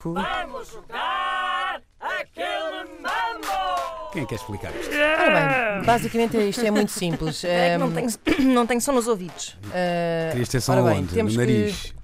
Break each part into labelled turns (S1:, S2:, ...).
S1: Tipo,
S2: Vamos jogar aquele mambo!
S1: Quem é que quer explicar isto?
S3: Ora Tá bem, basicamente isto é muito simples.
S4: É que
S3: Ahm,
S4: não tenho, não tenho som nos ouvidos.
S3: ah,
S1: Querias ter som
S3: ora bem,
S1: é onde?
S3: temos
S1: no
S3: que-
S1: nariz.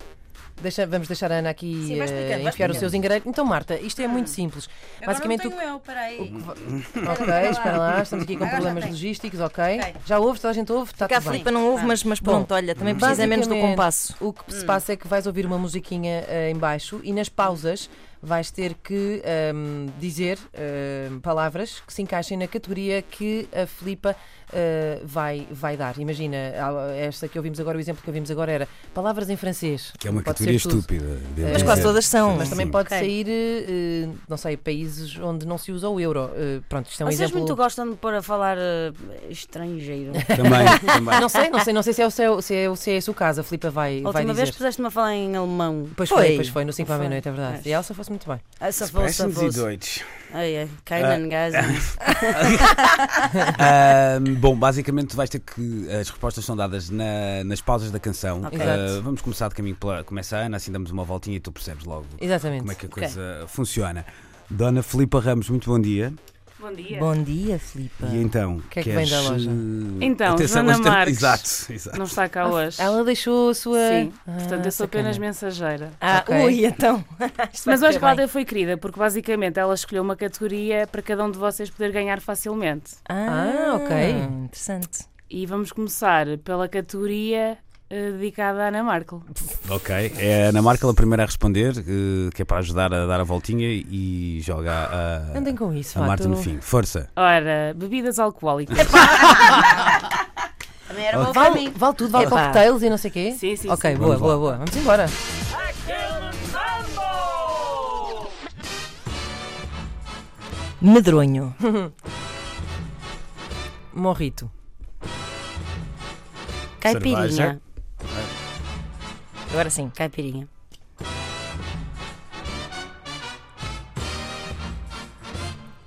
S3: deixa- vamos deixar a Ana aqui
S4: Sim,
S3: ah,
S4: vai explicando, vai
S3: enfiar os
S4: explicando.
S3: seus engareiros. Então, Marta, isto é muito simples. Basicamente, o
S5: Agora não tenho eu, peraí.
S3: que- ok, espera lá, estamos aqui com
S5: Agora já
S3: problemas
S5: tem.
S3: logísticos, ok?
S5: Ok.
S3: Já ouves, toda a gente ouve, está
S4: Cá a
S3: tudo bem.
S4: Filipa não ouve, mas, mas
S3: Bom,
S4: pronto, olha, Tá. também precisa menos do
S3: basicamente,
S4: compasso.
S3: O que
S5: Hum.
S3: se passa é que vais ouvir uma musiquinha ah, em baixo e nas pausas vais ter que ahm, dizer ahm, palavras que se encaixem na categoria que a Filipa ah, vai, vai dar. Imagina, ah, esta que ouvimos agora, o exemplo que ouvimos agora era palavras em francês.
S1: Que é uma
S3: Pode
S1: categoria
S3: ser tudo.
S1: estúpida. devo
S4: É
S3: Mas quase
S1: dizer.
S4: todas são.
S3: Mas também
S1: Sim.
S3: pode
S5: Ok.
S3: sair, eh, eh, não sei, países onde não se usa o euro. Eh, pronto, isto é um
S5: Vocês
S3: exemplo.
S5: muito gostam de pôr a falar eh, estrangeiro.
S1: Também, também.
S3: Não sei, não sei, não sei se é, o seu, se, é, o- se é esse o caso. A Filipa vai,
S5: A
S3: vai
S5: última vez
S3: dizer.
S5: puseste-me a falar em alemão.
S3: Pois
S4: Foi.
S3: foi, pois foi, no 5 para a
S5: Foi.
S3: meia-noite, é verdade.
S5: Pois.
S3: E ela se fosse muito bem.
S5: Ah, se fosse, se
S1: Expressens e
S5: fosse.
S1: doites.
S5: Ai, ai,
S1: Ah.
S5: Keinen, Geisen.
S1: Ahm, bom, basicamente vais ter que. As respostas são dadas na- nas pausas da canção.
S5: Ok.
S1: Ah,
S3: Exato.
S1: vamos começar de caminho pela. Começa a Ana, assim damos uma voltinha e tu percebes logo
S3: Exatamente.
S1: como é que a coisa funciona. Dona Filipa Ramos, muito bom dia.
S6: Bom dia.
S4: Bom dia, Filipa.
S1: E então. O
S3: que é que vem da loja?
S6: Então, Joana
S1: hoje tem-
S6: Marques.
S1: Exato, exato.
S6: Não está cá hoje.
S3: Ela deixou a sua.
S6: Sim,
S3: Ah,
S6: portanto eu sou
S3: sacana.
S6: apenas mensageira.
S4: Ah,
S3: Ok.
S4: ui, então. Isto vai
S6: Mas hoje
S4: correr bem.
S6: Cláudia foi querida, porque basicamente ela escolheu uma categoria para cada um de vocês poder ganhar facilmente.
S4: Ah,
S3: Ah, ok.
S4: Interessante.
S6: E vamos começar pela categoria eh, dedicada à Ana Markel.
S1: Ok, é a Ana Marca a primeira a responder, eh, que é para ajudar a dar a voltinha e joga a,
S3: Andem com isso,
S1: a
S3: vá,
S1: Marta
S3: tu-
S1: no fim. Força!
S6: Ora, bebidas alcoólicas.
S5: Também era bom para
S3: Vale,
S5: mim.
S3: vale tudo, vale
S4: Epá.
S3: cocktails e não sei o quê.
S6: Sim, sim,
S3: Ok,
S6: sim.
S3: boa,
S1: Vamos
S3: boa,
S1: lá.
S3: boa. Vamos embora.
S2: Aquele mambo!
S4: Medronho.
S3: Morrito.
S5: Caipirinha.
S1: Cerveja.
S4: Agora sim.
S5: Caipirinha.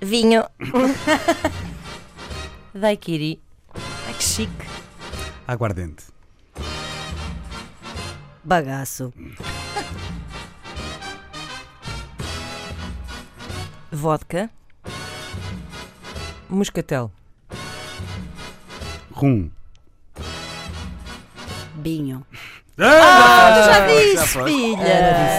S4: Vinho.
S3: Daiquiri.
S4: Ai, que chique.
S1: Aguardente.
S5: Bagaço.
S4: Vodka.
S3: Moscatel.
S1: Rum.
S5: Binho.
S4: Ah, já disse, filha.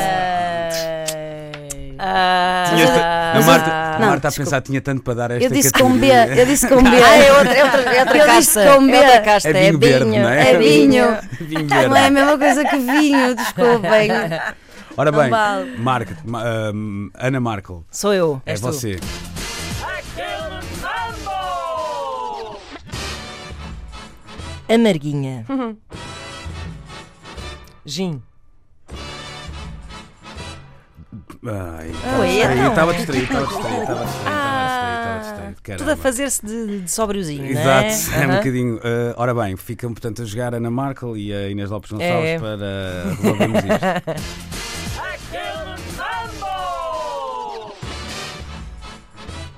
S4: Ah,
S1: Tinha esta- a Marta, a
S5: não,
S1: Marta a pensar tinha tanto para dar a esta
S5: Eu disse com um B.
S1: categoria.
S5: Eu disse com B.
S4: Ah, é outra, é outra, é outra
S5: Eu
S4: casta.
S5: disse com B.
S4: É outra casta,
S1: É vinho verde, não é?
S4: É vinho.
S1: Vinho
S5: Não é a
S1: verde.
S5: mesma coisa que vinho, desculpem.
S1: Ora
S5: Não
S1: bem,
S5: vale.
S1: Marco, ma- ahm, Ana Markel,
S4: Sou eu.
S1: é
S3: És tu.
S1: você.
S2: Aquele mambo!
S4: Amarguinha.
S3: Gin.
S1: Ai,
S4: Oi, então.
S1: estava distraído, estava distraído, estava distraído, estava distraído,
S5: Ah,
S1: estava distraído.
S4: Tudo a
S1: caramba.
S4: fazer-se de, de
S5: né?
S4: sóbriozinho, não é?
S1: Exato, é um
S3: Aham.
S1: bocadinho. Ah, ora bem, ficam portanto a jogar Ana Markel e a Inês Lopes Gonçalves
S3: É.
S1: para resolvermos isto.
S2: Aquele mambo!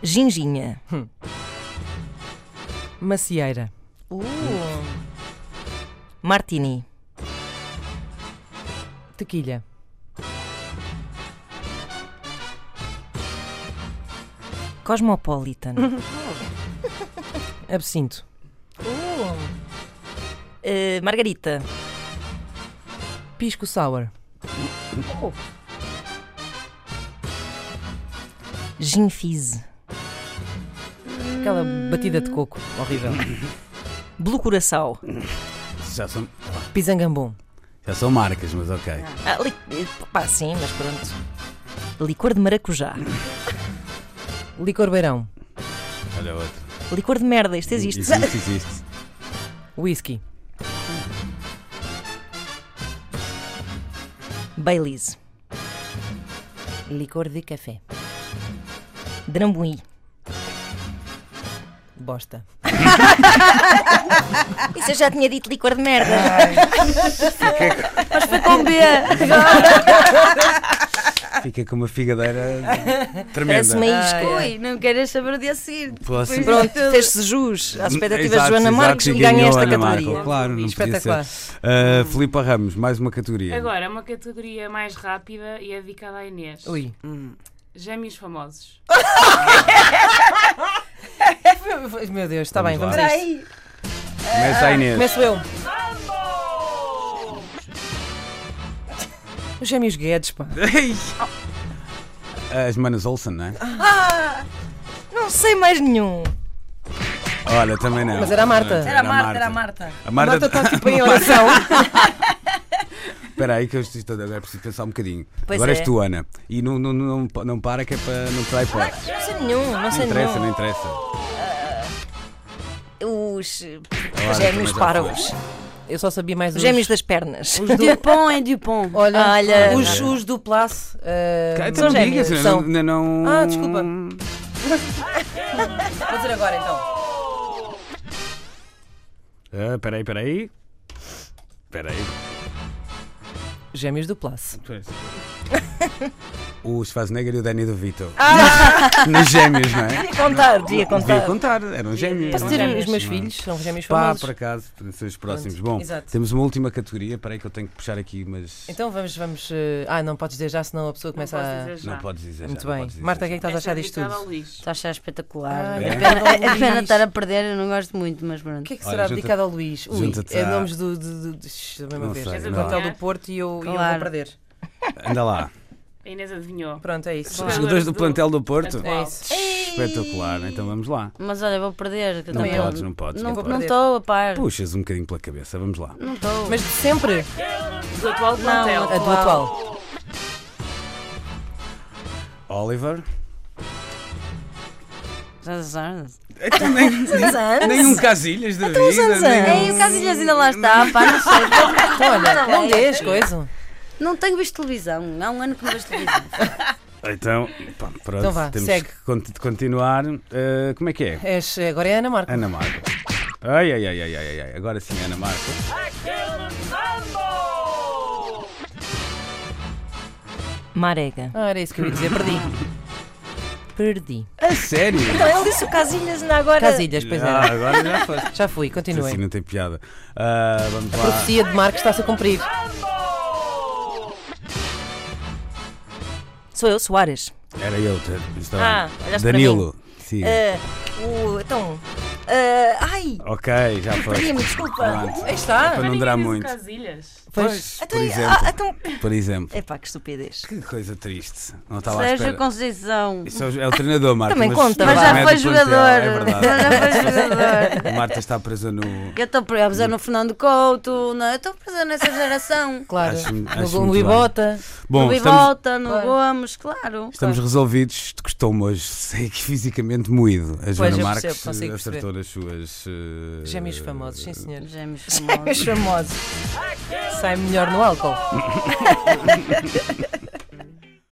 S4: Ginginha.
S3: Macieira.
S4: Uh. Martini.
S3: Tequilha.
S4: Cosmopolitan.
S3: Absinto.
S4: Eh, Margarita.
S3: Pisco sour.
S4: Ginfise.
S3: Aquela batida de coco. Horrível.
S4: Blue Curaçao.
S1: Já são,
S3: Pisangambum.
S1: já são marcas, mas ok.
S4: Ah, li- eh, pá, sim, mas pronto. Licor de maracujá.
S3: Licor beirão.
S1: Olha outro.
S4: Licor de merda, isto existe.
S1: Existe, existe.
S3: Whisky.
S4: Baileys.
S5: Licor de café.
S4: Drambuí.
S3: Bosta.
S4: Isso eu já tinha dito licor de
S1: Ah,
S4: merda.
S5: Mas foi com B.
S1: Fica com uma figadeira tremenda.
S4: Parece-me aí
S3: Ah,
S4: esco-
S5: Ui, não queres saber o dia seguinte.
S1: Pô, assim-
S5: Depois
S4: Pronto,
S5: de tudo.
S4: fez-se jus às expectativas
S1: Exato,
S4: de Joana
S1: exato,
S4: Marques e
S1: que
S4: ganha
S1: ganhou
S4: esta
S1: Ana Marco,
S4: categoria.
S1: Claro, não podia ser.
S3: Espetacular.
S1: Ah, Filipa Ramos, mais uma categoria.
S6: Agora, uma categoria mais rápida e é dedicada à Inês.
S3: Ui.
S1: Hum.
S6: Gêmeos famosos.
S3: É, Meu Deus, está bem,
S1: Vamos
S3: vamos
S1: lá.
S3: a isto.
S5: Ai,
S1: Começa a Inês.
S3: Começo eu.
S2: Mambo!
S3: Os gêmeos Guedes, pá.
S1: As Manas Olsen, não é?
S4: Ah. Não sei mais nenhum.
S1: Olha, também não.
S3: Mas era a Marta.
S1: Era,
S5: Era a Marta, era a Marta.
S1: A
S3: A
S1: Marta. tá-
S3: Marta
S4: tá-
S3: está tipo em oração.
S1: Espera aí, que eu estou- estou- agora preciso pensar um bocadinho.
S4: Pois
S1: agora
S4: é.
S1: és tu, Ana. E não, não, não, não para, que é para não te dar hipótese.
S4: Não sei nenhum, não
S1: Não
S4: sei
S1: interessa, não
S4: nenhum.
S1: interessa.
S4: Os eh,
S1: Olha, também
S4: gêmeos
S1: já
S4: párvulos.
S3: Eu só sabia mais
S4: Os
S3: os.
S4: gêmeos das pernas.
S5: Os Dupont é Dupont.
S3: Olha,
S4: Olha.
S3: Os, os do Place. ah,
S1: Cá,
S3: são
S1: Então não digas,
S3: gêmeos,
S1: não,
S3: são.
S1: não, não.
S3: Ah, desculpa. Vou dizer agora então.
S1: Ah, Espera aí, espera aí. Espera aí.
S3: Gêmeos do Place.
S1: O Schwarzenegger e o Danny DeVito.
S3: Ah!
S1: Nos gêmeos, não é?
S4: Devia contar, devia
S1: Devia
S4: contar.
S1: contar, eram gêmeos.
S3: Posso
S1: eram
S3: dizer
S1: gêmeos.
S3: os meus filhos? São gêmeos
S1: Pá,
S3: famosos.
S1: por acaso, podem ser os próximos. Bom,
S3: exato.
S1: temos uma última categoria. Espera aí que eu tenho que puxar aqui, mas.
S3: Então vamos, vamos. eh, Ah, não podes dizer já, senão a pessoa
S6: Não
S3: começa
S6: posso
S3: a.
S6: dizer já.
S1: Não podes dizer. já,
S3: Muito
S1: não
S3: bem.
S1: podes dizer
S3: Marta, o que é
S1: já.
S3: que estás a
S6: Esta
S3: achar disto
S6: dedicada ao
S3: tudo?
S6: Luís.
S5: Estou a achar espetacular.
S1: É.
S3: Ai,
S5: a,
S3: dedicado ao
S5: pena, a pena
S3: Luís.
S5: estar a perder, eu não gosto muito, mas
S3: O
S5: pronto.
S3: que é que
S1: Olha,
S3: será
S1: junta-te-
S3: dedicado ao Luís? Ui,
S1: junta-te
S3: é
S1: à-
S3: nomes do, do, do, do- shh, da mesma
S1: Não
S3: vez.
S1: sei,
S6: Queres
S1: não.
S3: O hotel
S6: adivinhar?
S3: do Porto e eu, e eu
S5: Claro.
S3: vou perder.
S1: Anda lá.
S6: A Inês adivinhou.
S3: Pronto, é isso.
S6: Claro.
S1: Jogadores do plantel do Porto.
S3: É isso.
S1: Espetacular, então vamos lá.
S5: Mas olha, vou perder. que
S1: Não
S5: também-
S1: podes, não podes, não
S5: Não
S1: podes.
S5: estou a par.
S1: Puxas um bocadinho pela cabeça, vamos lá.
S5: Não estou.
S3: Mas de sempre,
S6: Do atual plantel.
S3: a do atual.
S1: Oliver.
S4: Zanzan.
S1: Nem um casilhas da vida.
S3: é.
S1: nem um-
S5: Ei, o Casilhas ainda lá está, pá, não sei.
S3: Então, olha, não
S5: Ei,
S3: dês coisa.
S5: Não tenho visto televisão, há um ano que não vejo televisão.
S1: Então, pá, pronto,
S3: Então vá,
S1: temos
S3: segue.
S1: que conti- continuar. Eh, como é que é?
S3: És, agora é a Ana Marco.
S1: Ana Marco. Ai, ai, ai, ai, ai, ai, ai, agora sim, Ana Marco.
S2: Aquele mambo!
S4: Marega.
S3: Ah, era isso que eu ia dizer, perdi.
S4: Perdi.
S1: A sério?
S4: Então, Ele disse o Casilhas ainda agora.
S3: Casilhas, pois é.
S1: Ah,
S3: era.
S1: agora já foste.
S3: Já fui,
S1: Isso Assim
S3: continuem.
S1: não tem piada. Ah, vamos
S3: A
S1: lá.
S3: profecia de Marcos está-se a cumprir.
S2: Mambo!
S4: Sou eu, Soares.
S1: Era eu, te- estava.
S4: Ah, olhaste para
S1: Danilo. Sim.
S3: Ah,
S4: Eh, o, então. eh, ai!
S1: ok, já foi.
S4: Perdi-me, desculpa.
S1: Pronto.
S3: Aí está.
S1: Para não
S6: Ninguém
S1: durar
S6: diz o
S1: muito.
S6: Casilhas.
S3: Pois.
S1: Por
S4: Ai,
S1: exemplo.
S4: ah, então.
S1: Por exemplo.
S4: Epá, que estupidez.
S1: Que coisa triste. Não estava Tá à
S5: Sérgio
S1: espera.
S5: Conceição.
S1: Isso é o- é o treinador, Marta.
S4: Também
S1: mas,
S4: conta,
S5: Mas
S4: vá.
S5: já
S1: não é
S5: foi
S1: do plantel,
S5: jogador.
S1: É
S5: Mas já
S1: verdade.
S5: foi jogador.
S1: A Marta está presa no.
S5: Eu estou presa no Fernando Couto, na- eu estou presa nessa geração.
S3: Claro.
S1: Acho-
S3: No-
S1: acho
S3: no
S1: muito
S3: Ibota.
S1: Bom,
S5: no
S1: estamos,
S5: Bivolta, no
S3: Claro.
S5: Gomes, claro.
S1: Estamos resolvidos, custou-me hoje, sei que fisicamente moído. A Joana
S3: eu
S1: Marques
S3: percebo, consigo
S1: eh, acertou nas suas. eh,
S3: Gêmeos famosos, sim senhor.
S5: Gêmeos famosos.
S3: Os famosos. Sai melhor no álcool.